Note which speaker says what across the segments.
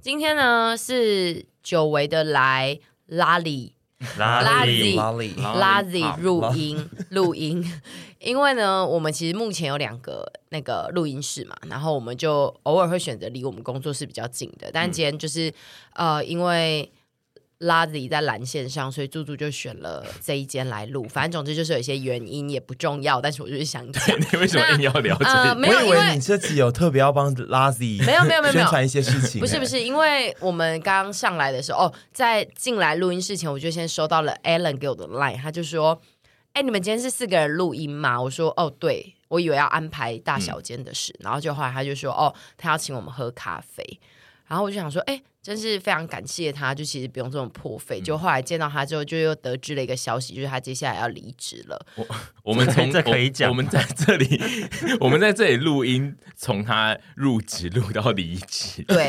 Speaker 1: 今天呢是久违的来拉里
Speaker 2: 拉
Speaker 1: 力
Speaker 2: 力
Speaker 3: 拉力，
Speaker 2: 拉
Speaker 1: 拉 Z
Speaker 2: 好
Speaker 1: 录音录音，因为呢，我们其实目前有两个那个录音室嘛，然后我们就偶尔会选择离我们工作室比较近的，但今天就是、呃，因为拉 Z 在蓝线上，所以猪猪就选了这一间来录，反正总之就是有一些原因也不重要，但是我就是想讲，
Speaker 2: 你为什么硬要聊这
Speaker 1: 呃，
Speaker 2: 个？
Speaker 1: 没有
Speaker 3: 我以
Speaker 1: 因
Speaker 3: 为
Speaker 1: 为
Speaker 3: 你这集有特别要帮拉 Z，
Speaker 1: 没有没有没有没有
Speaker 3: 宣传一些事情，啊
Speaker 1: 不是不是，因为我们刚上来的时候，哦，在进来录音室前，我就先收到了 Alan 给我的 line，他就说：“哎、你们今天是四个人录音吗？”我说：“哦，对，我以为要安排大小间的事。
Speaker 3: 嗯
Speaker 1: 然后就后来他就说：“哦，他要请我们喝咖啡。”然后我就想说：“哎、真是非常感谢他，就其实不用这么破费。
Speaker 3: 嗯
Speaker 1: 就后来见到他之后，就又得知了一个消息，就是他接下来要离职 了。
Speaker 2: 我们从
Speaker 4: 这可以
Speaker 2: 我
Speaker 4: 讲吗
Speaker 2: 我们在这里， 我们在这里录音，从他入职录到离职，
Speaker 1: 对，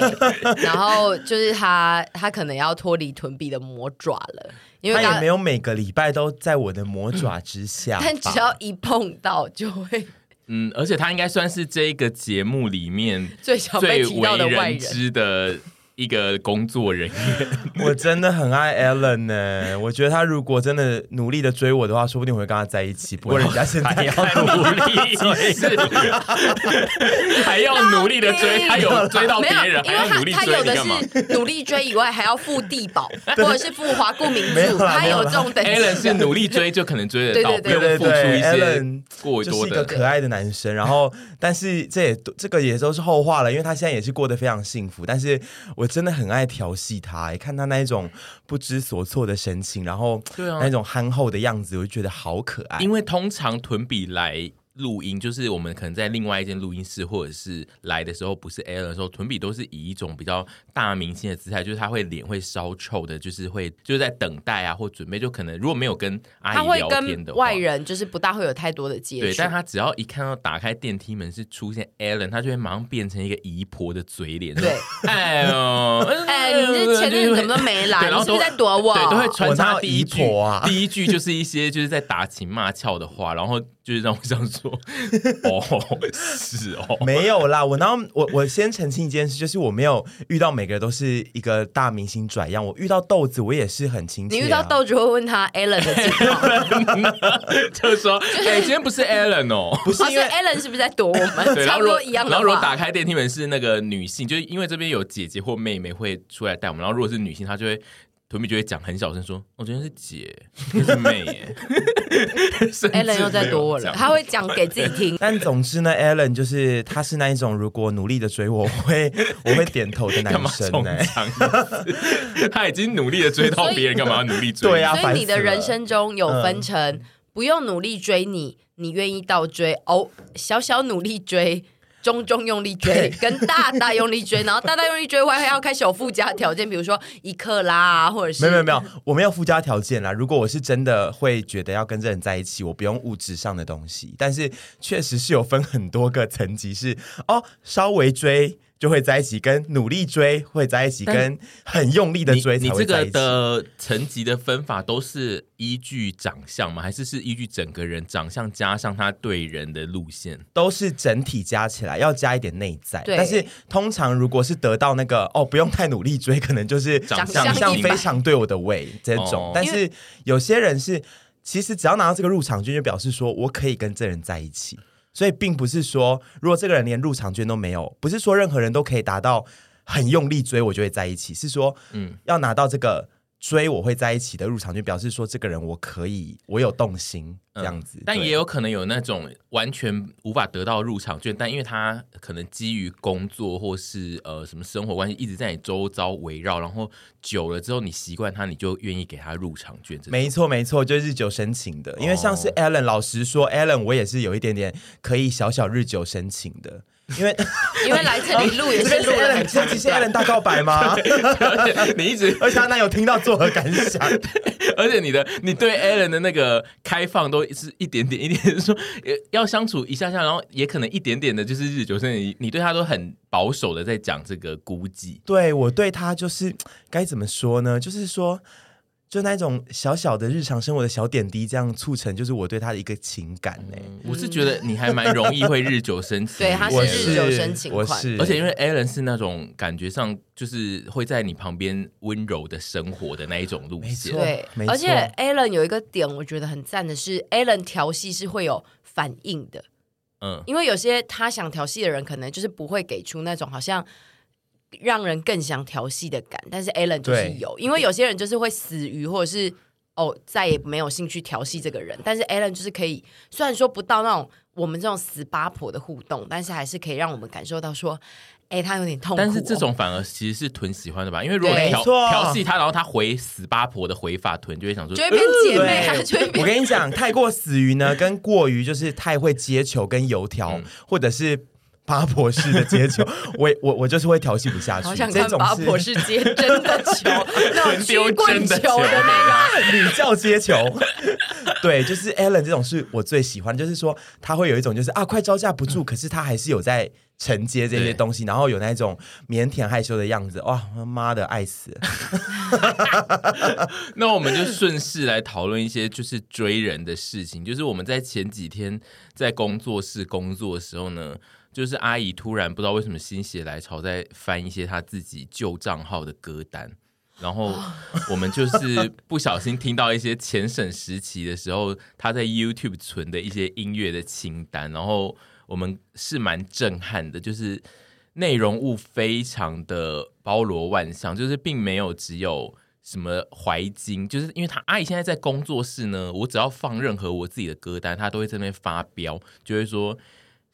Speaker 1: 然后就是他，他可能要脱离臀比的魔爪了，因为
Speaker 3: 他也
Speaker 1: 刚
Speaker 3: 没有每个礼拜都在我的魔爪之下吧，
Speaker 1: 但只要一碰到就 会
Speaker 2: 嗯，而且他应该算是这个节目里面
Speaker 1: 最想被
Speaker 2: 最
Speaker 1: 提到
Speaker 2: 为
Speaker 1: 的外
Speaker 2: 人
Speaker 1: 人。
Speaker 2: 知的一个工作 人员。
Speaker 3: 我真的很爱 Ellen 呢、我觉得他如果真的努力的追我的话，说不定我会跟他在一起。不过人家现在
Speaker 4: 还 要努力，
Speaker 2: 是，还要努力的追，他有追到
Speaker 1: 没
Speaker 2: 别
Speaker 1: 有，
Speaker 2: 人，
Speaker 1: 因为
Speaker 2: 还要
Speaker 1: 他
Speaker 2: 努力
Speaker 1: 他有
Speaker 2: 追
Speaker 1: 的
Speaker 2: 你干嘛
Speaker 1: 是努力追以外，还要付地保或者是付华固名
Speaker 3: 没有
Speaker 1: 著，
Speaker 3: 啦
Speaker 1: 他
Speaker 3: 没有
Speaker 1: 有
Speaker 3: 啦
Speaker 1: 这种等级
Speaker 2: ？Allen
Speaker 1: 的。
Speaker 2: 是努力追就可能追得到，
Speaker 1: 对
Speaker 2: 不
Speaker 1: 对
Speaker 2: 用
Speaker 3: 对对
Speaker 2: 付出一些
Speaker 3: ，Allen
Speaker 2: 过
Speaker 3: 就
Speaker 2: 多
Speaker 3: 是一个
Speaker 2: 的。
Speaker 3: 可爱的男生。然后，但是这也这个也都是后话了，因为他现在也是过得非常幸福。但是我真的很爱调戏他、哎看他那一种不知所措的神情，然后
Speaker 2: 对啊
Speaker 3: 那种憨厚的样子，我就觉得好可爱。
Speaker 2: 因为通常屯比来录音，就是我们可能在另外一间录音室，或者是来的时候不是 a l l n 的时候，屯比都是以一种比较大明星的姿态，就是他会脸会稍臭的，就是会就是在等待啊或准备，就可能如果没有跟阿
Speaker 1: 他
Speaker 2: 姨
Speaker 1: 会
Speaker 2: 聊天
Speaker 1: 跟
Speaker 2: 的话
Speaker 1: 外人就是不大会有太多的接
Speaker 2: 对，
Speaker 1: 触
Speaker 2: 但，他只要一看到打开电梯门是出现 Alan，他就会马上变成一个姨婆的嘴脸。
Speaker 1: 对，
Speaker 2: 哎呦，
Speaker 1: 哎，你这前任怎么都没来？你
Speaker 2: 对然后
Speaker 1: 是不是
Speaker 2: 都
Speaker 1: 在躲我？
Speaker 2: 对，都会穿
Speaker 3: 我哪
Speaker 2: 插
Speaker 3: 有
Speaker 2: 第一
Speaker 3: 姨
Speaker 2: 句
Speaker 3: 婆啊，
Speaker 2: 第一句就是一些就是在打情骂俏的话，然后就是让我想 说，哦，是哦，
Speaker 3: 没有啦，我然后我我先澄清一件事，就是我没有遇到每个人都是一个大明星转样，我遇到豆子我也是很亲切、
Speaker 1: 你
Speaker 3: 啊。
Speaker 1: 遇 到豆就会问他 Alan 的情况，
Speaker 2: 就说，哎，今天不是 Alan 哦。
Speaker 3: 不是
Speaker 1: 哦所以
Speaker 3: 因为
Speaker 1: Alan 是不是在躲我们？
Speaker 2: 对，然
Speaker 1: 差
Speaker 2: 后
Speaker 1: 不
Speaker 2: 如果
Speaker 1: 多一样
Speaker 2: 然
Speaker 1: 的
Speaker 2: 后如果
Speaker 1: 话
Speaker 2: 打。开电梯门是那个女性，就是因为这边有姐姐或妹妹会出来带我们，然后如果是女性，她就会臀比就会讲很小声说：“我、今天是姐，不是妹耶。”
Speaker 1: Alan 又在躲我了，他
Speaker 2: 会
Speaker 1: 会讲给自己听。
Speaker 3: 但总之呢，Alan 就是他是那一种如果努力的追我，我会我会点头的男
Speaker 2: 干嘛
Speaker 3: 生哎欸
Speaker 2: 冲
Speaker 3: 呢、
Speaker 2: 枪？ 他已经努力的追到别人，干嘛要努力追？
Speaker 3: 对啊
Speaker 1: 所以你的
Speaker 3: 烦死了嗯
Speaker 1: 人生中有分成不用努力追你，你愿意倒追哦， 小小努力追。中中用力追，跟大大用力追，然后大大用力追，我还要开始有附加条件，比如说一克拉啊，或者是
Speaker 3: 没有没有没有，我没有附加条件啦。如果我是真的会觉得要跟这人在一起，我不用物质上的东西，但是确实是有分很多个层级是，哦，稍微追就会在一起，跟努力追会在一起，跟很用力的
Speaker 2: 你
Speaker 3: 追
Speaker 2: 你
Speaker 3: 才
Speaker 2: 这
Speaker 3: 会
Speaker 2: 个
Speaker 3: 在一起。
Speaker 2: 的层级的分法都是依据长相吗？还是是依据整个人长相加上他对人的路线？
Speaker 3: 都是整体加起来，要加一点内在。
Speaker 1: 对
Speaker 3: 但是通常如果是得到那个哦，不用太努力追，可能就是
Speaker 2: 长
Speaker 1: 相
Speaker 3: 长相
Speaker 1: 一百
Speaker 3: 非常对我的胃这种
Speaker 2: 哦。
Speaker 3: 但
Speaker 1: 因
Speaker 3: 是有些人是，其实只要拿到这个入场券，就表示说我可以跟这人在一起。所以并不是说，如果这个人连入场券都没有，不是说任何人都可以达到很用力追我就会在一起，是说，嗯
Speaker 2: 嗯，
Speaker 3: 要拿到这个追我会在一起的入场券，表示说这个人我可以，我有动心这样子。
Speaker 2: 嗯但
Speaker 3: 对
Speaker 2: 也有可能有那种完全无法得到入场券，但因为他可能基于工作或是呃什么生活关系一直在你周遭围绕，然后久了之后你习惯他，你就愿意给他入场券。这种
Speaker 3: 没错，没错，就是日久生情的。因为像
Speaker 1: 哦
Speaker 3: 是 Alan，、老实说，Alan 我也是有一点点可以小小日久生情的。因为
Speaker 1: 因为来这里录也是录了很
Speaker 3: Alan，
Speaker 1: 长
Speaker 3: 这集是 Alan 大告白吗？
Speaker 2: 而且 你一直，
Speaker 3: 而且他男友听到作何感 想？
Speaker 2: 而且你的你对 Alan 的那个开放都是一点点一点点说，呃要相处一下下，然后也可能一点点的，就是日久生情，你对他都很保守的在讲这个估计。
Speaker 3: 对我对他就是该怎么说呢？就是说。就那一种小小的日常生活的小点滴，这样促成就是我对他的一个情感欸呢、
Speaker 2: 我是觉得你还蛮容易会日久生情，
Speaker 1: 对嗯他是
Speaker 3: 我
Speaker 1: 日久生情
Speaker 3: 我
Speaker 1: 款
Speaker 3: 是，
Speaker 2: 而且因为 Alan 是那种感觉上就是会在你旁边温柔的生活的那一种路线
Speaker 3: 没，
Speaker 1: 对
Speaker 3: 没，错
Speaker 1: 而且 Alan 有一个点我觉得很赞的是，Alan 调戏是会有反应的，
Speaker 2: 嗯，
Speaker 1: 因为有些他想调戏的人可能就是不会给出那种好像。让人更想调戏的感，但是 Alan 就是
Speaker 3: 对
Speaker 1: 有，因为有些人就是会死鱼，或者是哦再也没有兴趣调戏这个人，但是 Alan 就是可以，虽然说不到那种我们这种死八婆的互动，但是还是可以让我们感受到说，哎，他有点痛苦、
Speaker 2: 但是这，种反而其实是屯喜欢的吧，因为如果
Speaker 1: 对
Speaker 2: 调
Speaker 3: 没错
Speaker 2: 调戏他，然后他回死八婆的回法屯，就会想说
Speaker 1: 就，会变姐妹，啊，
Speaker 3: 对
Speaker 1: 就会变
Speaker 3: 我跟你讲，太过死鱼呢，跟过于就是太会接球跟油条，
Speaker 1: 嗯
Speaker 3: 或者是八婆式的接 球，我我我就是会调戏不下去。
Speaker 1: 好想
Speaker 3: 这
Speaker 1: 看
Speaker 3: 种
Speaker 1: 八
Speaker 3: 是
Speaker 1: 婆世界真的球，那 种曲棍
Speaker 2: 真的球
Speaker 1: 球啊的那个。
Speaker 3: 屡教接球， 对，就是 Alan 这种是我最喜欢，就是说他会有一种就是啊，快招架不住，
Speaker 1: 嗯
Speaker 3: 可是他还是有在承接这些东西，然后有那种腼腆害羞的样子，哇，妈的，爱死了！
Speaker 2: 那我们就顺势来讨论一些就是追人的事情。就是我们在前几天在工作室工作的时候呢，就是阿姨突然不知道为什么心血来潮，在翻一些她自己旧账号的歌单。然后我们就是不小心听到一些前省时期的时候，她在 YouTube 存的一些音乐的清单，然后我们是蛮震撼的，就是内容物非常的包罗万象，就是并没有只有什么怀金，就是因为他阿姨现在在工作室呢，我只要放任何我自己的歌单，她都会在那边发飙，就会说。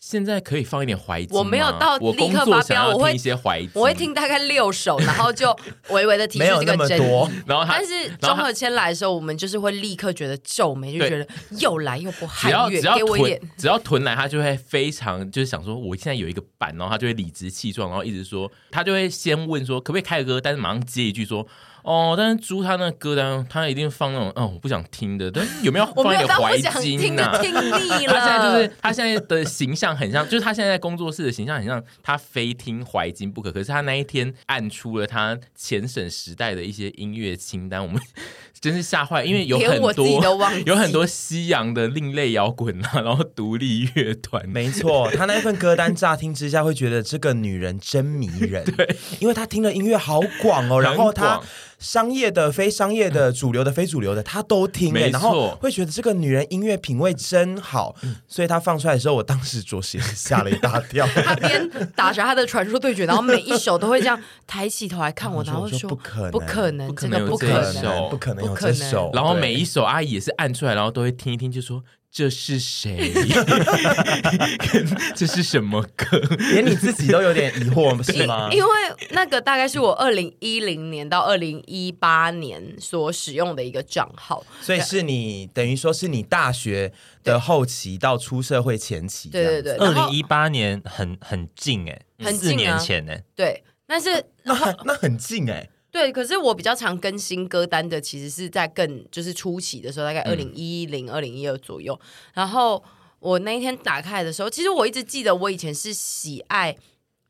Speaker 2: 现在可以放一点怀金吗，
Speaker 1: 我没有到
Speaker 2: 我工
Speaker 1: 立刻
Speaker 2: 作
Speaker 1: 发
Speaker 2: 想
Speaker 1: 飙
Speaker 2: 要
Speaker 1: 我会
Speaker 2: 听一些怀金，
Speaker 1: 我会听大概六首，然后就微微的提出
Speaker 3: 没有
Speaker 1: 这
Speaker 3: 那
Speaker 1: 个
Speaker 3: 么
Speaker 1: 争
Speaker 3: 多
Speaker 1: 议。
Speaker 2: 啊然后他
Speaker 1: 但是中和谦来的时候，我们就是会立刻觉得皱眉，就
Speaker 2: 对
Speaker 1: 觉得又来又不
Speaker 2: 只要
Speaker 1: 喊
Speaker 2: 只
Speaker 1: 远，
Speaker 2: 要
Speaker 1: 给我一点
Speaker 2: 囤。只要囤来，他就会非常就是想说，我现在有一个版，然后他就会理直气壮，然后一直说，哦他就会先问说可不可以开个歌单，马上接一句说。哦，但是猪他那个歌单，他一定放那种，嗯，我不想听的，但是有没有
Speaker 1: 我
Speaker 2: 放
Speaker 1: 没
Speaker 2: 一
Speaker 1: 有
Speaker 2: 点
Speaker 1: 到
Speaker 2: 怀
Speaker 1: 不想
Speaker 2: 金
Speaker 1: 听
Speaker 2: 呐、
Speaker 1: 的，听 腻
Speaker 2: 他现在就
Speaker 1: 了
Speaker 2: 是。他现在的形象很像，就是他现在在工作室的形象很像，他非听怀金不可。可是他那一天按出了他前省时代的一些音乐清单，我们 真是吓坏，因为有
Speaker 1: 连
Speaker 2: 很
Speaker 1: 我自己
Speaker 2: 多
Speaker 1: 都忘记
Speaker 2: 有很多西洋的另类摇滚啊， 然后独立乐团，
Speaker 3: 没错，他那份歌单乍听之下会觉得这个女人真迷 人，对，因为她听的音乐好广哦，然后她
Speaker 2: 广
Speaker 3: 商业的、非商业的、主流的、非主流的，她都听耶，
Speaker 2: 没错
Speaker 3: 然后会觉得这个女人音乐品味真好，
Speaker 2: 嗯
Speaker 3: 所以她放出来的时候，我当时着实也是吓了一大跳。
Speaker 1: 他边打着他的传说对决，然后每一首都会这样抬起头来看我，
Speaker 3: 然
Speaker 1: 然
Speaker 3: 后
Speaker 1: 后
Speaker 3: 我说
Speaker 1: 说
Speaker 3: 不可能
Speaker 1: 不可能，
Speaker 2: 不可
Speaker 1: 这
Speaker 2: 能
Speaker 1: 个
Speaker 2: 有
Speaker 1: 不
Speaker 2: 这
Speaker 1: 可
Speaker 2: 一
Speaker 1: 能。
Speaker 2: 首
Speaker 3: 不可能有
Speaker 1: 不可
Speaker 3: 这
Speaker 1: 能
Speaker 3: 首，
Speaker 2: 然后
Speaker 3: 对
Speaker 2: 每一首阿姨也是按出来，然后都会听一听，就说这是谁， 跟这是什么歌，
Speaker 3: 连你自己都有点疑惑，是 吗？
Speaker 1: 因为那个大概是我二零一零年到二零一八年所使用的一个账号，
Speaker 3: 所以是你等于说是你大学的后期到出社会前期，
Speaker 1: 对对，对，
Speaker 4: 二
Speaker 1: 然后
Speaker 4: 零一八年很很近哎、
Speaker 1: 很近啊
Speaker 4: 四年前哎、
Speaker 1: 对，但是
Speaker 3: 那那很近哎、
Speaker 1: 对，可是我比较常更新歌单的，其实是在更就是初期的时候，大概二零一零、二零一二左右。然后我那一天打开的时候，其实我一直记得我以前是喜爱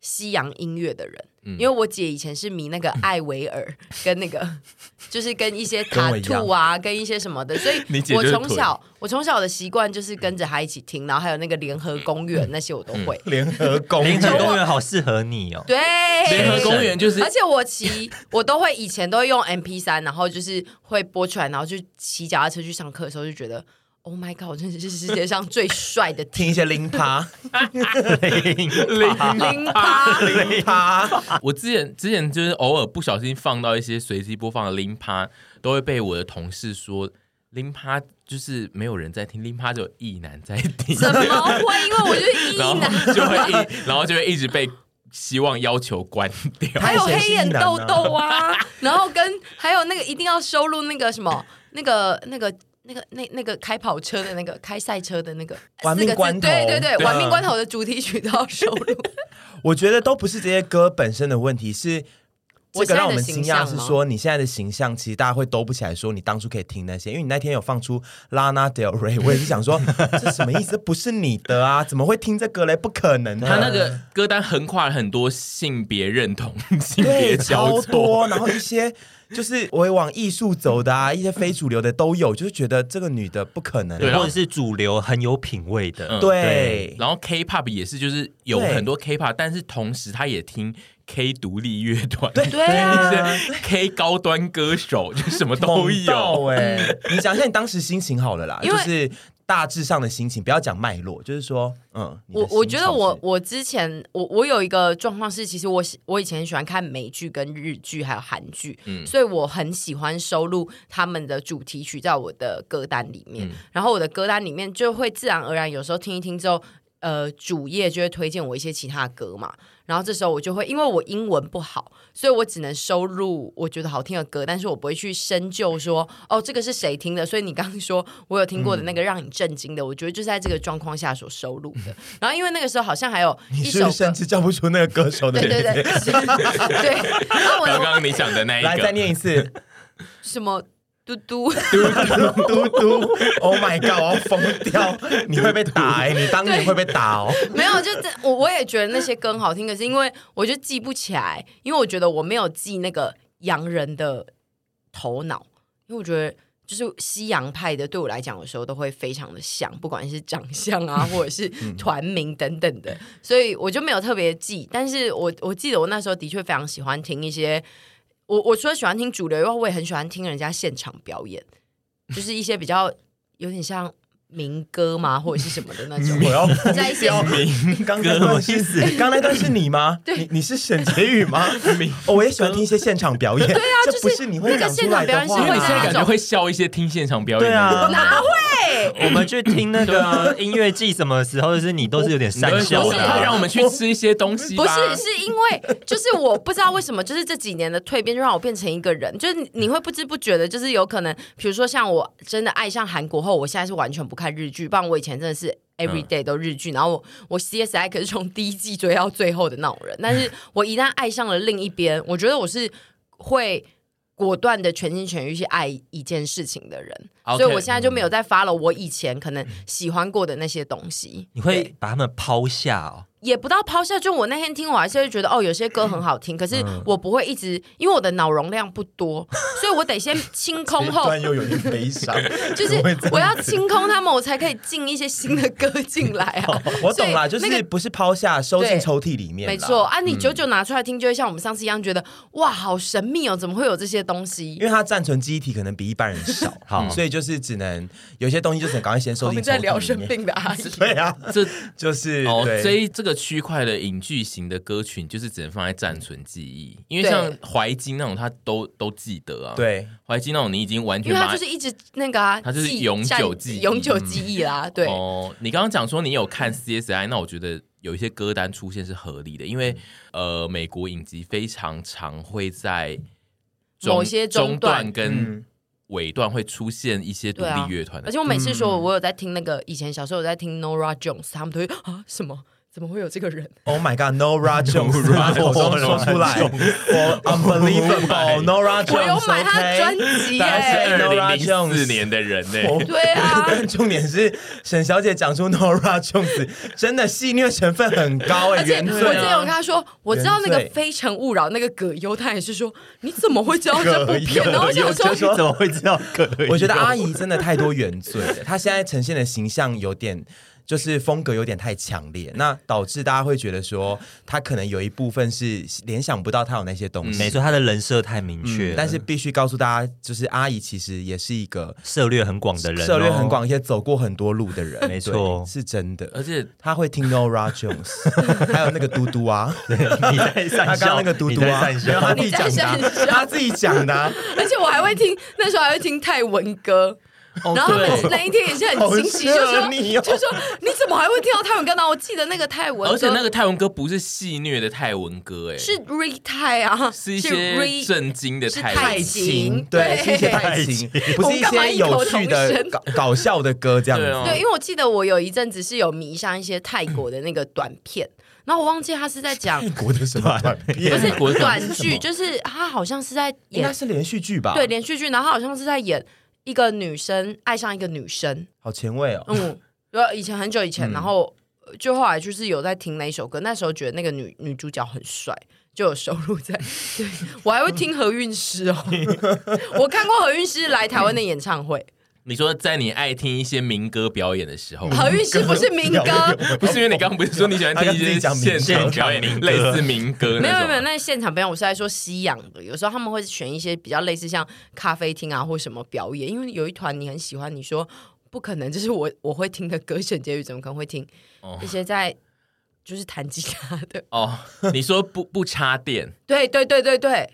Speaker 1: 西洋音乐的人，因为我姐以前是迷那个艾维尔跟那个，就是跟一些
Speaker 3: 跟
Speaker 1: 塔
Speaker 3: 我一样
Speaker 1: 兔啊，跟一些什么的，所以
Speaker 2: 你姐
Speaker 1: 我
Speaker 2: 就是
Speaker 1: 从小我从小的习惯就是跟着她一起听，然后还有那个联合公园那些我都会。
Speaker 3: 联合公
Speaker 4: 联
Speaker 3: 园
Speaker 4: 合公园好适合你哦、
Speaker 1: 对，
Speaker 2: 联合公园就是
Speaker 1: 而且我骑， 我都会以前都会用 MP 三，然后就是会播出来，然后就骑脚踏车去上课的时候就觉得，Oh my god，我真的是世界上最帅的
Speaker 3: 听一些零 趴
Speaker 1: 零八。
Speaker 3: 零趴，
Speaker 2: 我之前之前就是偶尔不小心放到一些随机播放的零趴，都会被我的同事说零趴就是没有人在听，零趴只有异男在听，
Speaker 1: 怎么啊会？因为我就是一
Speaker 2: 然后
Speaker 1: 男，
Speaker 2: 就会一然后就会一直被希望要求关掉。
Speaker 1: 还有黑眼豆豆啊， 然后跟还有那个一定要收录那个什么，那个那个。那个那那个开跑车的那个开赛车的那个
Speaker 3: 玩命
Speaker 1: 四个字
Speaker 3: 关头
Speaker 1: 对对对，
Speaker 3: 对
Speaker 1: 玩命关头的主题曲都要收录。
Speaker 3: 我觉得都不是这些歌本身的问题，是
Speaker 1: 我现
Speaker 3: 这个
Speaker 1: 在
Speaker 3: 让我
Speaker 1: 的
Speaker 3: 们
Speaker 1: 形
Speaker 3: 惊讶
Speaker 1: 象
Speaker 3: 是
Speaker 1: 吗
Speaker 3: 说，你现在的形象其实大家会兜不起来，说你当初可以听那些，因为你那天有放出 Lana Del Rey，我也是 想说这什么意思？这不是你的啊，怎么会听这个嘞？不可能啊的。
Speaker 2: 他那个歌单横跨了很多性别认 同、性别
Speaker 3: 对
Speaker 2: 交
Speaker 3: 超
Speaker 2: 错，
Speaker 3: 多，然后一些就是我也往艺术走的啊，一些非主流的都有，就是觉得这个女的不可能。
Speaker 2: 对然后
Speaker 4: 或者是主流很有品味的，
Speaker 2: 嗯
Speaker 3: 对，
Speaker 2: 然后 K-pop 也是，就是有
Speaker 3: 对
Speaker 2: 很多 K-pop，但是同时他也听 K 独立乐团，对
Speaker 1: 对啊，
Speaker 2: K 高端歌手， 就什么都
Speaker 3: 猛到
Speaker 2: 有。
Speaker 3: 哎、你讲一下你当时心情好了啦，
Speaker 1: 因
Speaker 3: 就
Speaker 1: 为
Speaker 3: 是大致上的心情，不要讲脉络，就是说，嗯，你的
Speaker 1: 我我
Speaker 3: 心
Speaker 1: 觉
Speaker 3: 情
Speaker 1: 得我
Speaker 3: 是
Speaker 1: 我之前我我有一个状况是，其实我喜我以前很喜欢看美剧、跟日剧还有韩剧，
Speaker 2: 嗯
Speaker 1: 所以我很喜欢收录他们的主题曲在我的歌单里面。
Speaker 2: 嗯
Speaker 1: 然后我的歌单里面就会自然而然，有时候听一听之后，呃，主页就会推荐我一些其他的歌嘛。然后这时候我就会，因为我英文不好，所以我只能收录我觉得好听的歌，但是我不会去深究说，哦，这个是谁听的。所以你刚刚说我有听过的那
Speaker 3: 嗯
Speaker 1: 个让你震惊的，我觉得就是在这个状况下所收录的。然后因为那个时候好像还有
Speaker 3: 你
Speaker 1: 一
Speaker 3: 是
Speaker 1: 首
Speaker 3: 不是甚
Speaker 1: 歌，
Speaker 3: 至叫不出那个歌手的
Speaker 1: 对
Speaker 3: 名字？
Speaker 1: 对对 对，然后我
Speaker 2: 刚
Speaker 1: 就
Speaker 2: 刚你讲的那一
Speaker 3: 来再
Speaker 2: 个，
Speaker 3: 念一次，
Speaker 1: 什么嘟嘟。
Speaker 3: 嘟嘟嘟，Oh my god，我要疯掉！你会被打哎、你当年会被打哦。
Speaker 1: 没有，就这我我也觉得那些歌很好听，可是因为我就记不起来，因为我觉得我没有记那个洋人的头脑，因为我觉得就是西洋派的对我来讲，有时候都会非常的像，不管是长相啊，或者是团名等等的，所以我就没有特别记。但是我我记得我那时候的确非常喜欢听一些，我我除了喜欢听主流以外，我也很喜欢听人家现场表演，就是一些比较有点像。民歌嘛，或者是什么的那种，
Speaker 3: 嗯我要疯
Speaker 1: 在一哦些
Speaker 3: 掉！刚刚那段是刚刚那段是你吗？你你是沈婕妤吗？哦，我也喜欢听一些现场表演，对啊，这不是你会
Speaker 1: 那个
Speaker 3: 讲出
Speaker 1: 现场
Speaker 3: 来
Speaker 1: 表
Speaker 3: 的
Speaker 1: 演是
Speaker 3: 话
Speaker 2: 因为
Speaker 1: 会
Speaker 2: 你现在
Speaker 1: 那
Speaker 2: 感
Speaker 1: 种
Speaker 2: 觉会笑一些听现场表演
Speaker 3: 对
Speaker 2: 的人，
Speaker 3: 啊，
Speaker 1: 哪会？
Speaker 4: 我们去听那个啊音乐季，什么时候是你都是有点
Speaker 2: 你都
Speaker 4: 善
Speaker 2: 会说
Speaker 4: 笑
Speaker 1: 不
Speaker 4: 的
Speaker 1: 是
Speaker 2: 让
Speaker 4: 啊、
Speaker 2: 我们去吃一些东西吧。
Speaker 1: 不是，是因为就是我不知道为什么，就是这几年的蜕变就让我变成一个人，就是你你会不知不觉的，就是有可能，比如说像我真的爱上韩国后，我现在是完全不看日剧，不然我以前真的是。every day 都日剧，然后我我 CSI 可是从第一季追到最后的那种人，但是我一旦爱上了另一边，我觉得我是会果断的全心全意去爱一件事情的人
Speaker 2: OK
Speaker 1: 所以我现在就没有再发了我以前可能喜欢过的那些东西。
Speaker 4: 你
Speaker 1: 对
Speaker 4: 会把他们抛下哦。
Speaker 1: 也不到抛下，就我那天听，我还是会觉得哦，有些歌很好听，可
Speaker 2: 嗯
Speaker 1: 是我不会一直，因为我的脑容量不 多，所以我得先清空
Speaker 3: 突
Speaker 1: 后
Speaker 3: 然，又有点 悲伤，
Speaker 1: 就是
Speaker 3: 怎么会这样
Speaker 1: 我要清空他们，我才可以进一些新的歌进来 啊。
Speaker 3: 哦我懂啦，
Speaker 1: 所
Speaker 3: 就
Speaker 1: 以那
Speaker 3: 是
Speaker 1: 个
Speaker 3: 不是抛下，收进
Speaker 1: 对
Speaker 3: 抽屉里面啦。
Speaker 1: 没错啊，
Speaker 2: 嗯
Speaker 1: 你久久拿出来听，就会像我们上次一样，觉得哇，好神秘哦，怎么会有这些东
Speaker 3: 因
Speaker 1: 西？
Speaker 3: 为它暂存记忆体可能比一般人少，
Speaker 4: 好
Speaker 3: 所以就是只能有些东西就只能赶快先
Speaker 1: 嗯
Speaker 3: 收
Speaker 1: 我们
Speaker 3: 进抽屉
Speaker 1: 在
Speaker 3: 里
Speaker 1: 聊
Speaker 3: 面
Speaker 1: 生，病 的阿姨，
Speaker 3: 对啊，
Speaker 2: 这
Speaker 3: 就是
Speaker 2: 哦，
Speaker 3: 对
Speaker 2: 这一这个区块的影剧型的歌曲，就是只能放在暂存记忆，因为
Speaker 1: 对
Speaker 2: 像怀金那种，他都都记得啊。，
Speaker 3: 对
Speaker 2: 怀金那种你已经完
Speaker 1: 因
Speaker 2: 全
Speaker 1: 为
Speaker 2: 把
Speaker 1: 他就是一直那个 啊，
Speaker 2: 它就是
Speaker 1: 记
Speaker 2: 永久记忆
Speaker 1: 永久记忆啦，对。
Speaker 2: 哦，你刚刚讲说你有看 CSI，那我觉得有一些歌单出现是合理的，因为
Speaker 3: 嗯
Speaker 2: 呃，美国影集非常常会在中
Speaker 1: 某些中
Speaker 2: 中
Speaker 1: 段
Speaker 2: 段
Speaker 3: 嗯
Speaker 2: 跟尾段会出现一些独
Speaker 1: 对啊
Speaker 2: 立乐团的
Speaker 1: 而且我每次
Speaker 2: 嗯
Speaker 1: 说我有在听那个以前小时候有在听 Nora Jones，他们都会啊什么怎么会有这个人？
Speaker 3: ，Oh my God，Nora Jones，
Speaker 4: Nora
Speaker 3: 我都说出来，我 unbelievable，Nora
Speaker 1: Oh 我有
Speaker 3: Jones，
Speaker 1: 买他的专
Speaker 3: OK。
Speaker 1: 辑耶、
Speaker 2: 大概是
Speaker 1: 啊
Speaker 3: 对
Speaker 2: 二
Speaker 3: Nora
Speaker 2: 零零四
Speaker 3: Jones
Speaker 2: 年的人呢、
Speaker 3: 我
Speaker 1: 对啊
Speaker 3: 但 重点是沈小姐讲出 Nora Jones，真的戏虐成分很高哎、
Speaker 1: 而且我
Speaker 3: 原
Speaker 1: 之
Speaker 3: 罪
Speaker 1: 前有
Speaker 3: 啊
Speaker 1: 跟！他说，我知道那个
Speaker 3: 原
Speaker 1: 《
Speaker 3: 罪
Speaker 1: 非诚勿扰》那个葛优，他也是说你怎么会知道这部片？
Speaker 3: 葛优
Speaker 1: 然后我想 说，
Speaker 4: 就说怎么会知道可以？
Speaker 3: 我觉得阿姨真的太多原罪了，她现在呈现的形象有点。就是风格有点太强烈，那导致大家会觉得说，她可能有一部分是联想不到她有那些东西。
Speaker 4: 没错，他的人设太明确了、
Speaker 3: 但是必须告诉大家，就是阿姨其实也是一个
Speaker 4: 涉略很广的人、哦，
Speaker 3: 涉猎很广，也走过很多路的人。
Speaker 4: 没错
Speaker 3: 对是真的。
Speaker 2: 而且
Speaker 3: 她会听 Nora Jones，还有那个嘟嘟啊，
Speaker 4: 你在
Speaker 3: 他
Speaker 4: 善
Speaker 3: 刚
Speaker 4: 笑，
Speaker 3: 刚那个嘟
Speaker 4: 你
Speaker 3: 嘟
Speaker 4: 在
Speaker 3: 啊，
Speaker 4: 善
Speaker 3: 没有
Speaker 4: 笑
Speaker 3: 他。自己讲
Speaker 1: 你
Speaker 3: 的啊
Speaker 1: 在善，笑
Speaker 3: 他自己讲的啊，
Speaker 1: 而且我还会听，那时候还会听泰文歌。然后他们那一天也是很
Speaker 3: 好
Speaker 1: 惊 喜，就
Speaker 3: 适
Speaker 1: 说
Speaker 3: 合你哦
Speaker 1: 就说你怎么还会听到泰文歌呢？我记得那个泰文歌，
Speaker 2: 而且哦那个泰文歌不是戏虐的泰文歌、哎，
Speaker 1: 是 re 泰啊，
Speaker 2: 是一些
Speaker 1: re
Speaker 2: 震惊的泰
Speaker 1: 是泰
Speaker 2: 文
Speaker 1: 语。情
Speaker 3: 对，
Speaker 1: 对
Speaker 3: 是一些爱情，不是
Speaker 1: 我
Speaker 3: 一些有趣的
Speaker 1: 干嘛异口同声
Speaker 3: 搞搞笑的歌这样
Speaker 2: 对啊
Speaker 1: 哦
Speaker 3: 子。
Speaker 1: 对，因为我记得我有一阵子是有迷上一些泰国的那个短片，然后我忘记他是在讲，
Speaker 3: 泰国的什么短
Speaker 1: 不
Speaker 3: 片？
Speaker 1: 是
Speaker 2: 国讲
Speaker 1: 短
Speaker 2: 是什
Speaker 1: 剧，
Speaker 2: 么
Speaker 1: 就是他好像是在
Speaker 3: 应该
Speaker 1: 演
Speaker 3: 是连续剧吧？
Speaker 1: 对，连续剧，然后他好像是在演一个女生爱上一个女生，
Speaker 3: 好前卫哦。
Speaker 1: 嗯，然后以前很久以前，然后呃就后来就是有在听那一首歌，那时候觉得那个女女主角很帅。就有收录在，对我还会听何韵诗哦， 我看过何韵诗来台湾的演唱会，
Speaker 2: 你说在你爱听一些民歌表演的时候，
Speaker 1: 何韵诗不是民歌，
Speaker 2: 不是因为你刚刚不是说你喜欢听一些现场表演，类似民歌
Speaker 1: 没有没
Speaker 2: 那
Speaker 1: 有没有，
Speaker 2: 种？啊
Speaker 1: 那现场表演我是在说西洋的，有时候他们会选一些比较类似像咖啡厅啊或什么表演，因为有一团你很喜欢，你说不可能，这是我我会听的歌，沈婕妤怎么可能会听
Speaker 2: 哦
Speaker 1: 一些在就是弹吉他的？
Speaker 2: 哦，你说不不插电，
Speaker 1: 对对对对 对，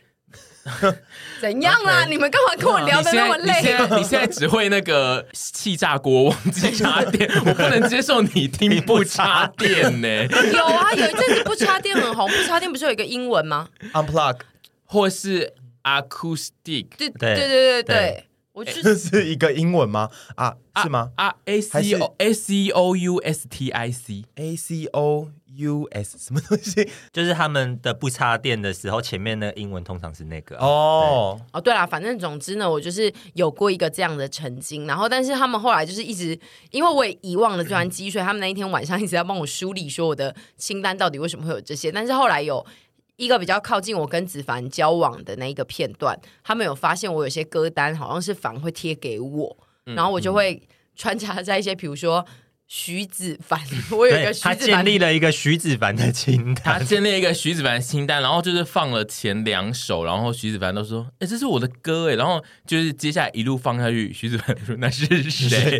Speaker 1: 怎样啦？你们干嘛跟我聊
Speaker 2: 你
Speaker 1: 的
Speaker 2: 现
Speaker 1: 那么
Speaker 2: 在你
Speaker 1: 累
Speaker 2: 现？在你现在只会那个气炸锅，忘记插电，我不能接受你听不插电 呢、
Speaker 1: 有啊，有一阵子不插电很红，不插电不是有一个英文吗？
Speaker 3: Unplug
Speaker 2: 或是 acoustic
Speaker 1: 对对
Speaker 4: 对
Speaker 1: 对对对
Speaker 4: 对
Speaker 1: 我
Speaker 2: 哎
Speaker 1: 就
Speaker 3: 这是一个英文吗？啊，是吗
Speaker 2: 啊？a
Speaker 3: 还
Speaker 2: c
Speaker 3: 是
Speaker 2: o a c o u s t i c
Speaker 3: ？A C O U S 什么东西？
Speaker 4: 就是他们的不插电的时候，前面那个英文通常是那个哦，
Speaker 3: 哦，
Speaker 1: 哦，对啦，反正总之呢，我就是有过一个这样的曾经，然后但是他们后来就是一直，因为我也遗忘了这段记忆，所以他们那一天晚上一直在帮我梳理说我的清单到底为什么会有这些，但是后来有。一个比较靠近我跟子凡交往的那一个片段，他们有发现我有些歌单好像是凡会贴给我，
Speaker 4: 嗯
Speaker 1: 然后我就会穿插在一些，比如说徐子凡，我有一
Speaker 4: 对
Speaker 1: 个，徐
Speaker 4: 他
Speaker 1: 子凡
Speaker 4: 建立了一个徐子凡的清
Speaker 2: 他
Speaker 4: 单，
Speaker 2: 建立一个徐子凡的清单，然后就是放了前两首，然后徐子凡都说：“哎、这是我的歌哎。”然后就是接下来一路放下去，徐子凡说：“那是谁？”
Speaker 4: 接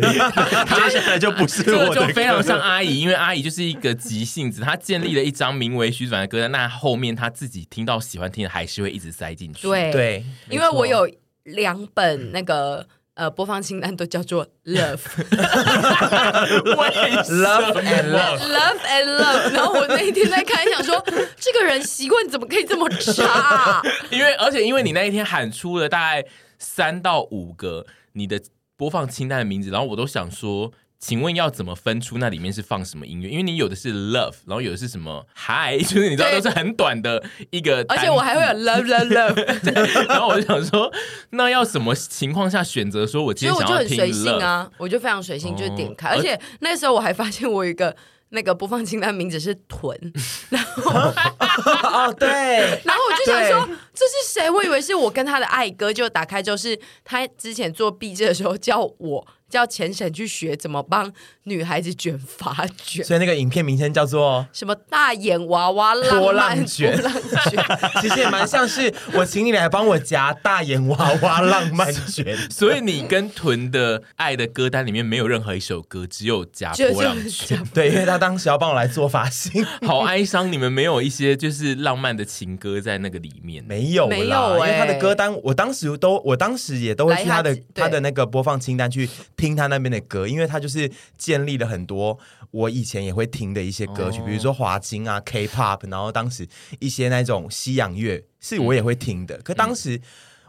Speaker 4: 下来就不是
Speaker 2: 这个
Speaker 4: 我
Speaker 2: 就
Speaker 4: 的
Speaker 2: 非常
Speaker 4: 歌。
Speaker 2: 像阿姨，因为阿姨就是一个急性子，她建立了一张名为徐子凡的歌单，那后面她自己听到喜欢听的，还是会一直塞进去。，
Speaker 1: 对
Speaker 3: 对，
Speaker 1: 因为我有两本那个呃播放清单都叫做 love。
Speaker 2: 为什么
Speaker 3: Love and Love
Speaker 1: love and love。然后我那一天在看，想说这个人习惯怎么可以这么差、啊？
Speaker 2: 因为而且因为你那一天喊出了大概三到五个你的播放清单的名字，然后我都想说，请问要怎么分出那里面是放什么音乐？因为你有的是 love，然后有的是什么 hi，就是你 知道
Speaker 1: 对
Speaker 2: 都是很短的一个单
Speaker 1: 而
Speaker 2: 字，
Speaker 1: 且我还会
Speaker 3: 哎嗯
Speaker 1: 有 love love love，
Speaker 2: 然后我就想说，那要什么情况下选择说我今
Speaker 1: 所以
Speaker 2: 天
Speaker 1: 我
Speaker 2: 想
Speaker 1: 就
Speaker 2: 要
Speaker 1: 很
Speaker 2: 听
Speaker 1: 随
Speaker 2: love？
Speaker 1: 性啊，我就非常随性，就是点开。
Speaker 2: 哦
Speaker 1: 而且那时候我还发现我有一个。那个播放清单名字是臀，
Speaker 3: 哦，对，
Speaker 1: 然后我就想说这是谁？我以为是我跟他的爱歌，就打开就是他之前做毕制的时候叫我叫钱婶去学怎么帮女孩子卷发卷，
Speaker 3: 所以那个影片名称叫做。
Speaker 1: 什么大眼娃娃
Speaker 3: 波
Speaker 1: 浪
Speaker 3: 浪
Speaker 1: 漫
Speaker 3: 卷
Speaker 1: 波浪 卷，
Speaker 3: 其实也蛮像是我请你来帮我夹大眼娃娃浪漫卷，
Speaker 2: 所以你跟屯的爱的歌单里面没有任何一首歌，只有假
Speaker 1: 就
Speaker 2: 波浪
Speaker 1: 是
Speaker 2: 曲
Speaker 1: 这样
Speaker 3: 对，因为他当时要帮我来做发型，
Speaker 2: 好哀伤，你们没有一些就是浪漫的情歌在那个里面。
Speaker 3: 没有啦，
Speaker 1: 没有欸
Speaker 3: 因为他的歌单，我当时都，我当时也都会去他的
Speaker 1: 来他对
Speaker 3: 他的那个播放清单去听他那边的歌，因为他就是建立了很多我以前也会听的一些歌曲，
Speaker 2: 哦
Speaker 3: 比如说华金啊、K-pop，然后当时一些那种西洋乐是
Speaker 1: 嗯
Speaker 3: 我也会听的，可当时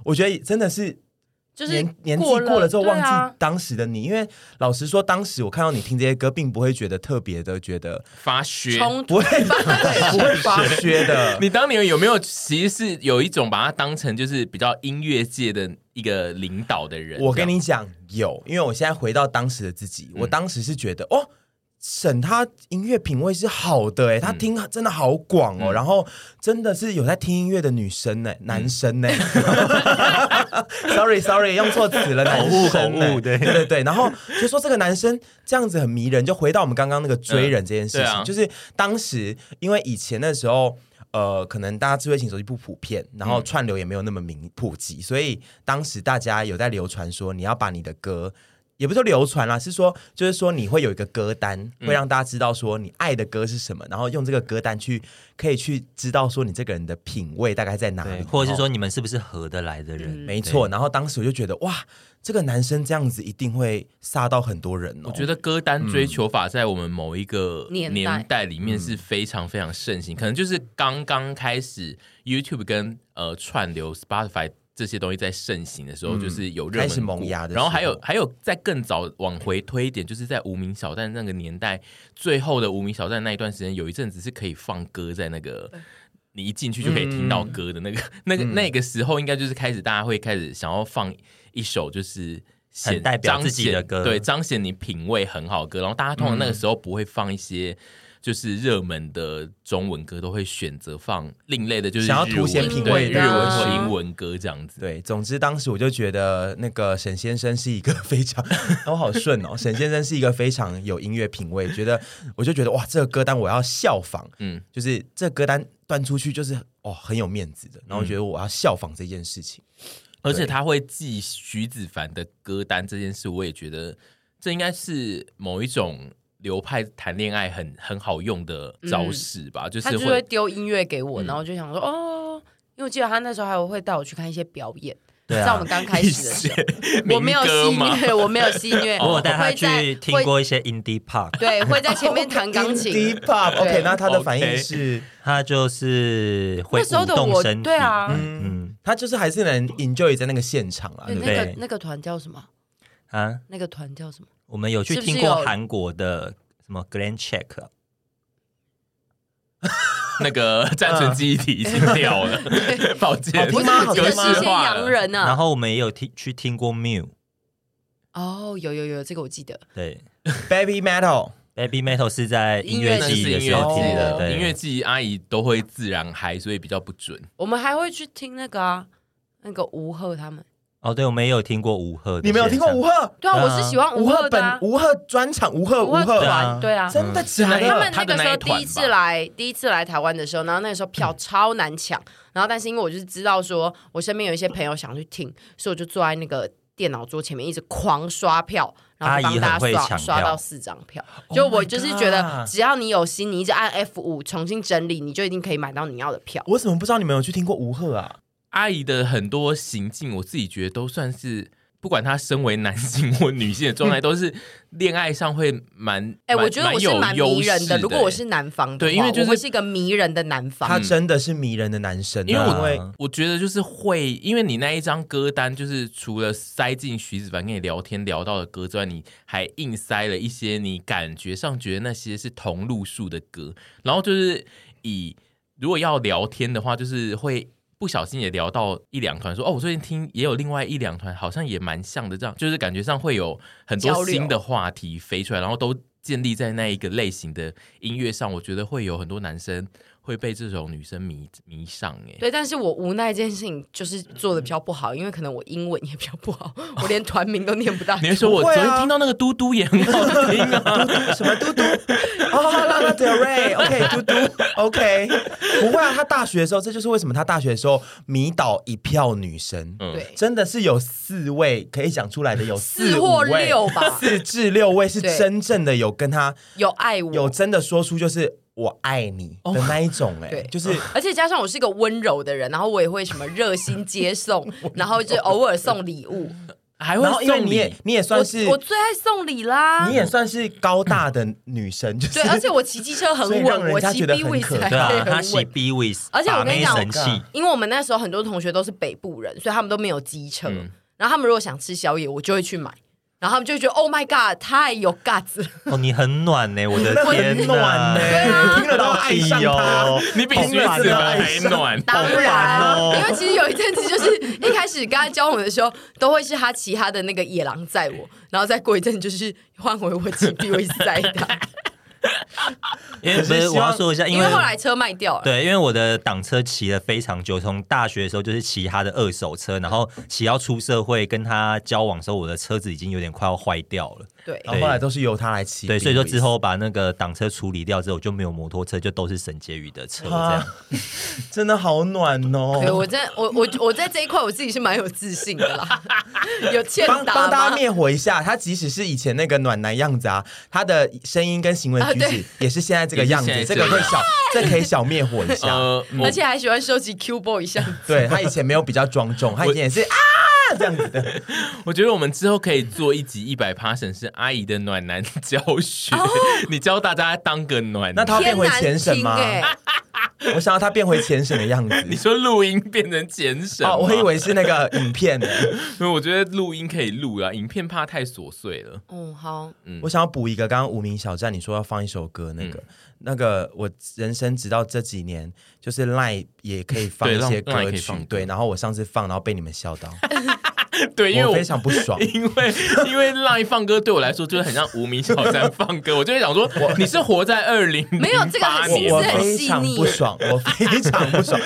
Speaker 3: 我觉得真的是
Speaker 1: 就是
Speaker 3: 年年纪
Speaker 1: 过
Speaker 3: 过了之后
Speaker 1: 对
Speaker 3: 忘
Speaker 1: 啊
Speaker 3: 记当时的你，因为老实说，当时我看到你听这些歌，并不会觉得特别的，觉得
Speaker 2: 发噱。
Speaker 1: 冲突
Speaker 3: 不会不会发 噱的。
Speaker 2: 你当年有没有其实是有一种把他当成就是比较音乐界的一个领导的人？
Speaker 3: 我跟你讲有，因为我现在回到当时的自己，
Speaker 4: 嗯
Speaker 3: 我当时是觉得哦。沈他音乐品味是好的哎、
Speaker 4: 嗯
Speaker 3: 他听真的好广哦、然后真的是有在听音乐的女生
Speaker 4: 嗯
Speaker 3: 呢、男生呢、sorry sorry 用错词了，男
Speaker 4: 误
Speaker 3: 生呢、
Speaker 4: 口误对
Speaker 3: 对对对，然后就说这个男生这样子很迷人，就回到我们刚刚那个追人这件事情，
Speaker 2: 嗯对啊
Speaker 3: 就是当时因为以前的时候。呃，可能大家智慧型手机不普遍，然后串流也没有那么明普及，所以当时大家有在流传说，你要把你的歌，也不是说流传啦，是说就是说你会有一个歌单，会让大家知道说你爱的歌是什么，然后用这个歌单去可以去知道说你这个人的品味大概在哪
Speaker 4: 对
Speaker 3: 里，，
Speaker 4: 或者是说你们是不是合得来的人？
Speaker 3: 没错，然后当时我就觉得哇，这个男生这样子一定会杀到很多人哦。
Speaker 2: 我觉得歌单追求法在我们某一个
Speaker 1: 年代
Speaker 2: 年代里面是非常非
Speaker 3: 嗯
Speaker 2: 常盛行，可能就是刚刚开始 YouTube 跟呃串流 Spotify 这些东西在盛行的时候，
Speaker 3: 嗯
Speaker 2: 就是有热
Speaker 3: 开始
Speaker 2: 门
Speaker 3: 萌
Speaker 2: 过
Speaker 3: 芽的
Speaker 2: 然后
Speaker 3: 时
Speaker 2: 还有
Speaker 3: 候
Speaker 2: 还有再更早往回推一点，就是在无名小站那个年代，最后的无名小站那一段时间，有一阵子是可以放歌在那个。你一进去就可以听到歌的那个、那
Speaker 3: 嗯
Speaker 2: 个、那个时候，应该就是开始大家会开始想要放一首就是显
Speaker 4: 很代表
Speaker 2: 彰
Speaker 4: 自己
Speaker 2: 显
Speaker 4: 的歌
Speaker 2: 对，彰显你品味很好的歌。然后大家通常那个时候不会放一些就是热门的中文歌，都会选择放另类的，就是
Speaker 3: 想要
Speaker 2: 日
Speaker 3: 凸显
Speaker 2: 文
Speaker 1: 品
Speaker 2: 对
Speaker 1: 味
Speaker 2: 日
Speaker 1: 的
Speaker 2: 文
Speaker 1: 是
Speaker 2: 或英文歌这样子。
Speaker 3: 对，总之当时我就觉得那个沈先生是一个 非常，我好顺哦，沈先生是一个非常有音乐品味，觉得我就觉得哇，这个歌单我要效仿，
Speaker 2: 嗯，
Speaker 3: 就是这个歌单端出去就是哦很有面子的，然后我觉得我要效仿这件事情，
Speaker 2: 而且他会记徐子凡的歌单这件事，我也觉得这应该是某一种流派谈恋爱很很好用的招式吧，嗯就
Speaker 1: 他
Speaker 2: 是
Speaker 1: 就会丢音乐给我，
Speaker 2: 嗯
Speaker 1: 然后我就想说哦，因为我记得他那时候还有会带我去看一些表演，
Speaker 3: 对啊
Speaker 1: 在我们刚开始的时候，我
Speaker 2: 民
Speaker 1: 没有
Speaker 2: 歌
Speaker 1: 戏
Speaker 2: 嘛，
Speaker 1: 虐，我没有戏 虐，
Speaker 4: 哦我有带他
Speaker 1: 会在
Speaker 4: 去听，过一些 indie pop，
Speaker 1: 会对，会在前面弹 钢
Speaker 3: d
Speaker 1: 琴。
Speaker 3: pop，OK，
Speaker 1: 对
Speaker 3: 那他的反应
Speaker 2: OK
Speaker 3: 是。
Speaker 4: 他就是会
Speaker 1: 那时候
Speaker 4: 舞
Speaker 1: 的
Speaker 4: 动
Speaker 1: 我
Speaker 4: 身体，
Speaker 1: 对啊
Speaker 4: 嗯
Speaker 3: 他就是还是能 enjoy 在那个现场啦，
Speaker 1: 对，
Speaker 3: 对
Speaker 1: 那
Speaker 3: 不对？
Speaker 1: 个
Speaker 4: 对
Speaker 1: 那个团叫什么？
Speaker 4: 嗯啊，
Speaker 1: 那个团叫什么？
Speaker 4: 我们有去
Speaker 1: 是不是
Speaker 4: 听过
Speaker 1: 有
Speaker 4: 韩国的什么 Glen Check，啊
Speaker 2: 那个 暂存记忆体已经掉 了，抱歉，
Speaker 1: 我
Speaker 3: 听
Speaker 1: 怎
Speaker 3: 吗
Speaker 1: 么
Speaker 3: 好
Speaker 1: 记
Speaker 2: 格
Speaker 1: 得是
Speaker 3: 听吗
Speaker 1: 一
Speaker 2: 式
Speaker 1: 些
Speaker 2: 化了
Speaker 1: 洋。人
Speaker 4: 然
Speaker 1: 啊？
Speaker 4: 后我们也有听去听过 Mew，
Speaker 1: 哦，有有有，这个我记得。
Speaker 4: 对
Speaker 3: Baby Metal，
Speaker 4: ，Baby Metal 是在音乐
Speaker 1: 音乐
Speaker 2: 那
Speaker 1: 季
Speaker 2: 是
Speaker 4: 季的
Speaker 2: 音
Speaker 4: 时候
Speaker 2: 乐
Speaker 3: 季
Speaker 4: 听
Speaker 2: 季
Speaker 4: 的，
Speaker 2: 的，
Speaker 3: 哦
Speaker 4: 对，
Speaker 2: 音乐季阿姨都会自然嗨，所以比较不准。
Speaker 1: 我们还会去听那个啊，那个吴赫他们。
Speaker 4: 哦，对，我们也有听过吴赫的现 场，
Speaker 3: 你没有听过吴赫？
Speaker 1: 对啊，
Speaker 4: 对啊
Speaker 1: 我是喜欢
Speaker 3: 吴
Speaker 1: 吴赫
Speaker 3: 赫
Speaker 1: 的啊
Speaker 3: 嗯本，吴赫专场，吴赫吴
Speaker 1: 赫
Speaker 3: 赫
Speaker 1: 团，对啊。
Speaker 3: 真的假
Speaker 2: 是
Speaker 1: 他
Speaker 3: 的？
Speaker 1: 们那
Speaker 2: 他的
Speaker 1: 个时
Speaker 2: 那
Speaker 1: 候
Speaker 2: 一
Speaker 1: 第
Speaker 2: 团
Speaker 1: 一次
Speaker 2: 吧嗯
Speaker 1: 来，第一次来台湾的时候，然后那个时候票超难抢，然后但是因为我就是知道说，我身边有一些朋友想去听，所以我就坐在那个电脑桌前面一直狂刷票，然后
Speaker 4: 阿姨
Speaker 1: 帮大
Speaker 4: 很会
Speaker 1: 家
Speaker 4: 抢
Speaker 1: 刷刷
Speaker 4: 票
Speaker 1: 到四张票。
Speaker 3: Oh
Speaker 1: 就
Speaker 3: my
Speaker 1: 我就是觉得，
Speaker 3: God
Speaker 1: 只要你有心，你一直按 F 五重新整理，你就一定可以买到你要的票。
Speaker 3: 我怎么不知道你们有去听过吴赫啊？
Speaker 2: 阿姨的很多行径，我自己觉得都算是，不管她身为男性或女性的状 态，都是恋爱上会蛮
Speaker 1: 哎、
Speaker 2: 蛮
Speaker 1: 我觉得我是
Speaker 2: 有
Speaker 1: 蛮迷
Speaker 2: 优
Speaker 1: 人
Speaker 2: 势
Speaker 1: 的。
Speaker 2: 的。
Speaker 1: 如果我是南方的话，
Speaker 2: 对因为就是
Speaker 1: 我会是一个迷人的南方。
Speaker 3: 他真的是迷人的男神啊，
Speaker 2: 嗯因为
Speaker 4: 我
Speaker 2: 哎，我觉得就是会，因为你那一张歌单，就是除了塞进徐子凡跟你聊天聊到的歌之外，你还硬塞了一些你感觉上觉得那些是同路数的歌，然后就是以如果要聊天的话，就是会。不小心也聊到一两团，说哦，我最近听也有另外一两团，好像也蛮像的，这样就是感觉上会有很
Speaker 1: 交
Speaker 2: 多
Speaker 1: 流
Speaker 2: 新的话题飞出来，然后都建立在那一个类型的音乐上。我觉得会有很多男生会被这种女生迷迷上、欸，。
Speaker 1: 对，但是我无奈这件事情就是做的比较不好，因为可能我英文也比较不好，我连团名都念不大
Speaker 2: 你会说我
Speaker 3: 不会
Speaker 2: 昨
Speaker 3: 啊
Speaker 2: 天听到那个嘟嘟也很好 听啊？
Speaker 3: 什么嘟嘟？哦，啦啦 d e r OK，嘟嘟，OK，不会啊。他大学的时候，这就是为什么他大学的时候迷倒一票女神，
Speaker 2: 嗯
Speaker 1: 对，
Speaker 3: 真的是有四位可以讲出来的，有
Speaker 1: 四
Speaker 3: 五
Speaker 1: 或
Speaker 3: 位
Speaker 1: 六吧，
Speaker 3: 四至六位是
Speaker 1: 对
Speaker 3: 真正的有跟他
Speaker 1: 有爱我，
Speaker 3: 有真的说出就是我爱你的那一种、
Speaker 1: 哦
Speaker 3: 哎、
Speaker 1: 对
Speaker 3: 就是
Speaker 1: 而且加上我是一个温柔的人，然后我也会什么热心接 送，然后就偶尔送礼物。
Speaker 2: 还
Speaker 3: 然后
Speaker 2: 会
Speaker 3: 因为
Speaker 2: 送
Speaker 3: 你
Speaker 2: 你
Speaker 3: 也你也
Speaker 1: 我
Speaker 3: 算是
Speaker 1: 我最爱送礼啦
Speaker 3: 你。也算是高大的女生，就是
Speaker 1: 对，而且我骑机车很
Speaker 3: 所以让
Speaker 1: 稳，
Speaker 3: 人
Speaker 1: 我
Speaker 3: 家
Speaker 1: 骑
Speaker 3: 觉得
Speaker 1: B
Speaker 3: 很
Speaker 1: w
Speaker 3: 可
Speaker 1: i
Speaker 3: 爱
Speaker 4: 对啊，他
Speaker 1: 很
Speaker 4: 洗
Speaker 1: 稳。
Speaker 4: B w i s
Speaker 1: 而且我跟你讲
Speaker 4: 神器，
Speaker 1: 因为我们那时候很多同学都是北部人，所以他们都没有机车。
Speaker 2: 嗯
Speaker 1: 然后他们如果想吃宵夜，我就会去买。然后他们就会觉得 Oh my God，太有 guts 了。
Speaker 4: 哦，你很暖呢， 我的
Speaker 3: 那
Speaker 4: 天
Speaker 3: 很暖呢、
Speaker 4: 哪，
Speaker 1: 啊
Speaker 3: 听了都爱上他
Speaker 4: 哎呦。
Speaker 2: 你比徐子凡还暖。
Speaker 1: 当
Speaker 4: 好
Speaker 1: 然，啊
Speaker 4: 烦哦
Speaker 1: 因为其实有一阵子就是一开始跟他交往的时候，都会是他骑他的那个野狼载我，然后再过一阵就是换回我骑 B V 载他，
Speaker 4: 因为不
Speaker 3: 可是
Speaker 4: 是
Speaker 3: 希望
Speaker 4: 我要说一下，因
Speaker 1: 因
Speaker 4: 为
Speaker 1: 为后来车卖掉了。
Speaker 4: 对，因为我的挡车骑了非常久，从大学的时候就是骑他的二手车，然后骑到出社会跟他交往的时候，我的车子已经有点快要坏掉了。
Speaker 1: 对
Speaker 3: 然后后来都是由他来骑，
Speaker 4: 对，所以说之后把那个挡车处理掉之后，我就没有摩托车，就都是沈婕妤的车这样。
Speaker 3: 真的好暖
Speaker 1: 对，
Speaker 3: 哦。
Speaker 1: 我在我我我在这一块我自己是蛮有自信的 啦，有欠
Speaker 3: 帮
Speaker 1: 打
Speaker 3: 帮大家
Speaker 1: 吗？
Speaker 3: 灭火一下，他即使是以前那个暖男样子啊，他的声音跟行为举
Speaker 1: 啊
Speaker 3: 止也是现在这个样子，
Speaker 2: 也是
Speaker 3: 这
Speaker 2: 现在
Speaker 3: 个可以小， 这可以小灭火一下。
Speaker 2: 呃，我
Speaker 1: 而且还喜欢收集 Q boy 像素
Speaker 3: 对他以前没有比较庄重，他以前也是啊这样子的，
Speaker 2: 我觉得我们之后可以做一集一百 passion 是阿姨的暖男 教学，你教大家当个暖男。
Speaker 3: 哦那他要变
Speaker 1: 天
Speaker 3: 回
Speaker 1: 难
Speaker 3: 前
Speaker 1: 听
Speaker 3: 省吗
Speaker 1: 哎、
Speaker 3: 我想要他变回前省的样子。
Speaker 2: 你说录音变成剪审
Speaker 3: 哦，我
Speaker 2: 吗
Speaker 3: 以，为是那个影片呢。
Speaker 2: 因为我觉得录音可以录啊，影片怕太琐碎了。
Speaker 1: 嗯，好，
Speaker 3: 我想要补一个，刚刚无名小站你说要放一首歌，那
Speaker 2: 嗯
Speaker 3: 个、那个，我人生直到这几年，就是 Line 也可以放
Speaker 2: 对
Speaker 3: 一些
Speaker 2: Line- Line
Speaker 3: 歌
Speaker 2: 可以
Speaker 3: 曲，
Speaker 2: 放歌哎
Speaker 3: 对。然后我上次放，然后被你们笑到，
Speaker 2: 对，因为
Speaker 3: 我
Speaker 2: 我
Speaker 3: 非常不爽。
Speaker 2: 因为因为 Line 放歌对我来说就是很像无名小站放歌，我就会想说，你是活在二零
Speaker 1: 没有这个很
Speaker 2: 年
Speaker 1: 其实
Speaker 3: 我我
Speaker 2: 吗
Speaker 1: 很
Speaker 3: 非
Speaker 1: 细
Speaker 3: 常
Speaker 1: 腻
Speaker 3: 不爽，我非常不 爽。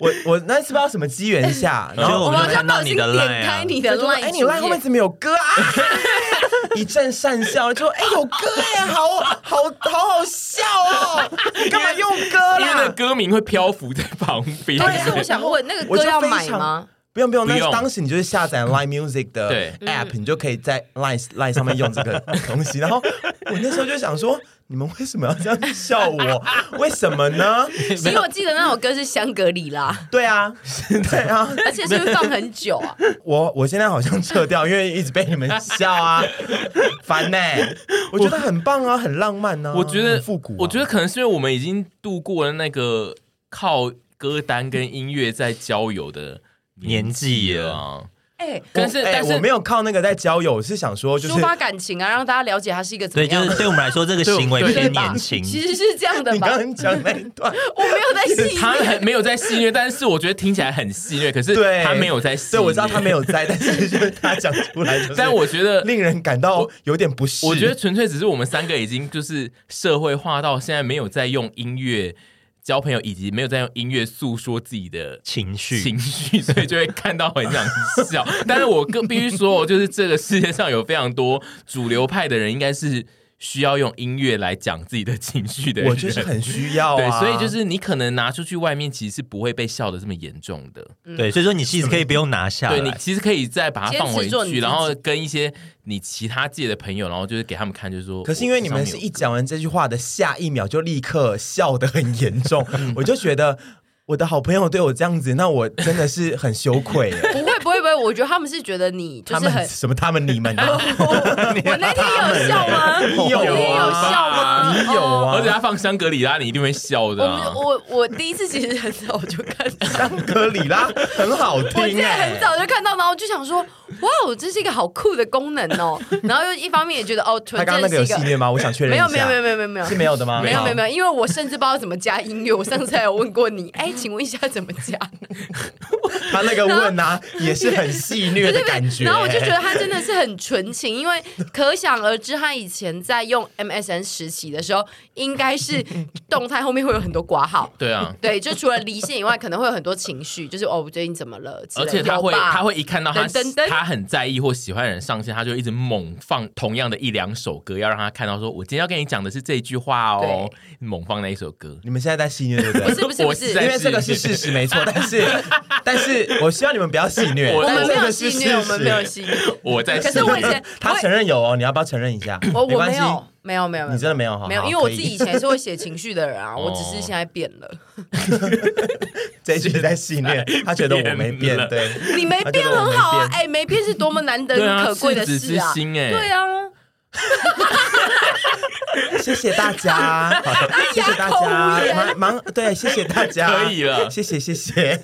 Speaker 3: 我我那次不知道什么机缘下，然
Speaker 4: 就
Speaker 3: 后
Speaker 4: 我们
Speaker 1: 好
Speaker 4: 就看
Speaker 1: 像不
Speaker 4: 到
Speaker 1: 小
Speaker 4: 你
Speaker 1: 心
Speaker 4: 的
Speaker 1: 点
Speaker 4: line
Speaker 1: 开
Speaker 4: 啊，
Speaker 1: 你的 line，
Speaker 3: 哎，你 Line 后面
Speaker 1: 主页
Speaker 3: 怎么有歌啊？ 一阵讪笑，就哎有歌哎，好好好好笑 哦！你干嘛用歌
Speaker 2: 因为那
Speaker 3: 啦？
Speaker 2: 歌名会漂浮在旁
Speaker 1: 对，
Speaker 2: 边。
Speaker 1: 但是我想问，那个歌要买吗？
Speaker 3: 不用不用，
Speaker 2: 不
Speaker 3: 那
Speaker 2: 用
Speaker 3: 当时你就是下 载 Line Music 的
Speaker 2: 对
Speaker 1: 嗯
Speaker 3: App，你就可以在 Line Line 上面用这个 东西。然后我那时候就想说，你们为什么要这样 笑我？为什么 呢？
Speaker 1: 因为我记得那首歌是香格里拉，
Speaker 3: 对啊，对啊，
Speaker 1: 而且是不是放很久 啊？
Speaker 3: 我我现在好像撤掉，因为一直被你们 笑啊，烦呢、我觉得很棒啊，很浪漫啊，
Speaker 2: 我觉得
Speaker 3: 很复古啊、
Speaker 2: 我觉得可能是因为我们已经度过了那个靠歌单跟音乐在交友的纪了啊。
Speaker 1: 哎，
Speaker 2: 但是
Speaker 3: 我哎
Speaker 2: 但是
Speaker 3: 我没有靠那个在交友，是想说就是
Speaker 1: 抒发感情啊，让大家了解他是一个怎么
Speaker 4: 对，就
Speaker 1: 样
Speaker 4: 是
Speaker 1: 的
Speaker 4: 对我们来说，这个行为
Speaker 2: 对
Speaker 1: 对
Speaker 4: 偏
Speaker 1: 吧
Speaker 4: 年轻。
Speaker 1: 其实是这样的
Speaker 3: 你
Speaker 1: 吧
Speaker 3: 刚？刚讲那一 段，
Speaker 1: 我没有在戏
Speaker 2: 他很没有在戏虐，但是我觉得听起来很戏虐，可是
Speaker 3: 对，
Speaker 2: 他没有在戏
Speaker 3: 对，
Speaker 2: 虐。
Speaker 3: 我知道他没有在，但是就是他讲出来、就 是，
Speaker 2: 但我 觉得
Speaker 3: 令人感到有点不适。
Speaker 2: 我觉得纯粹只是我们三个已经就是社会化到现在，没有在用音乐交朋友，以及没有在用音乐诉说自己的
Speaker 4: 情绪，
Speaker 2: 情绪， 所以就会看到很想 笑。但是我更必须说，就是这个世界上有非常多主流派的人，应该是需要用音乐来讲自己的情绪的人。
Speaker 3: 我就是很需要、
Speaker 2: 对
Speaker 3: 啊，，
Speaker 2: 所以就是你可能拿出去外面，其实是不会被笑的这么严重的。
Speaker 4: 对，所以说你其实可以不用拿下
Speaker 2: 对你
Speaker 4: 来。
Speaker 2: 其实可以再把它
Speaker 1: 坚持
Speaker 2: 放回
Speaker 1: 做你自
Speaker 2: 去，
Speaker 1: 己
Speaker 2: 然后跟一些你其他界的朋友，然后就是给他们看，就是说。
Speaker 3: 可是因为你们是一讲完这句话的下一秒就立刻笑得很严 重，
Speaker 1: 嗯
Speaker 3: 我就觉得我的好朋友对我这样子，那我真的是很羞愧耶。
Speaker 1: 不会不会不会，我觉得他们是觉得你 就
Speaker 3: 他
Speaker 1: 是
Speaker 3: 们
Speaker 1: 很。
Speaker 3: 什么？他们你们啊？
Speaker 1: 我那天有笑吗？
Speaker 3: 你有
Speaker 1: 我那天有
Speaker 3: 啊
Speaker 1: 笑吗？哦
Speaker 3: 你有啊？
Speaker 2: 而且他放香格里拉，你一定会笑的、
Speaker 1: 我
Speaker 2: 啊
Speaker 1: 们。我我第一次其实很早就 看到，
Speaker 3: 香格里拉很好
Speaker 1: 我记
Speaker 3: 听
Speaker 1: 得
Speaker 3: 哎、
Speaker 1: 很早就看到，然后我就想说，哇，哦，这是一个好酷的功能哦。然后又一方面也觉得，哦，
Speaker 3: 他
Speaker 1: 纯
Speaker 3: 刚刚那
Speaker 1: 正
Speaker 3: 个
Speaker 1: 是
Speaker 3: 有
Speaker 1: 一
Speaker 3: 戏虐吗？我想确认啊
Speaker 1: 没有
Speaker 3: 一下，
Speaker 1: 没有没有没有没有没有
Speaker 3: 啊是没有的吗？
Speaker 1: 没有没有没有，因为我甚至不知道怎么加音乐，我上次还有问过 你，哎，请问一下怎么加？
Speaker 3: 他那个问啊，也是很戏虐的感觉、
Speaker 1: 然后我 就觉得他真的是很纯情，因为可想而知，他以前在用 MSN 时期的时候，应该是动态后面会有很多挂号。
Speaker 2: 对啊，
Speaker 1: 对，就除了离线以外，可能会有很多情绪，就是哦，我最近怎么了？之类
Speaker 2: 而
Speaker 1: 的
Speaker 2: 且他会
Speaker 1: 有吧
Speaker 2: 他会一看到他
Speaker 1: 噔噔噔
Speaker 2: 他很在意或喜欢的人上线，他就一直猛放同样的一两首歌，要让他看到说，我今天要跟你讲的是这句话哦，猛放那一首歌。
Speaker 3: 你们现在在戏虐对不对？
Speaker 1: 不是不是不
Speaker 2: 我
Speaker 1: 是
Speaker 2: 在
Speaker 3: 因为这个是事实没错，但是 但是我希望你们不要戏虐，
Speaker 2: 我
Speaker 1: 我
Speaker 2: 但
Speaker 1: 们
Speaker 3: 这
Speaker 1: 没有
Speaker 3: 个是
Speaker 1: 戏
Speaker 3: 事
Speaker 1: 虐，
Speaker 3: 实
Speaker 1: 我们没有戏虐。
Speaker 2: 我在
Speaker 1: 可是我以前
Speaker 3: 他承认有哦，你要不要承认一下？
Speaker 1: 我
Speaker 3: 没
Speaker 1: 我
Speaker 3: 关
Speaker 1: 没
Speaker 3: 系，
Speaker 1: 有没有没有没
Speaker 3: 你真
Speaker 1: 有
Speaker 3: 的没有哈？
Speaker 1: 没有，
Speaker 3: 好
Speaker 1: 因为我
Speaker 3: 可以哦
Speaker 1: 自己以前是会写情绪的人啊，我只是现在变了。
Speaker 3: 这一句在戏虐，他觉得我没变
Speaker 2: 变，了
Speaker 3: 对，
Speaker 1: 你没变很好啊，哎，没变是多么难得
Speaker 2: 对啊，
Speaker 1: 可贵的
Speaker 2: 赤子
Speaker 1: 事
Speaker 2: 之
Speaker 1: 啊！
Speaker 2: 心哎、
Speaker 1: 对啊，
Speaker 3: 谢谢大 家，谢谢
Speaker 1: 哑
Speaker 3: 大
Speaker 1: 口无
Speaker 3: 家，
Speaker 1: 言
Speaker 3: 蛮蛮对，谢谢大家，
Speaker 2: 可以了
Speaker 3: 谢谢谢谢。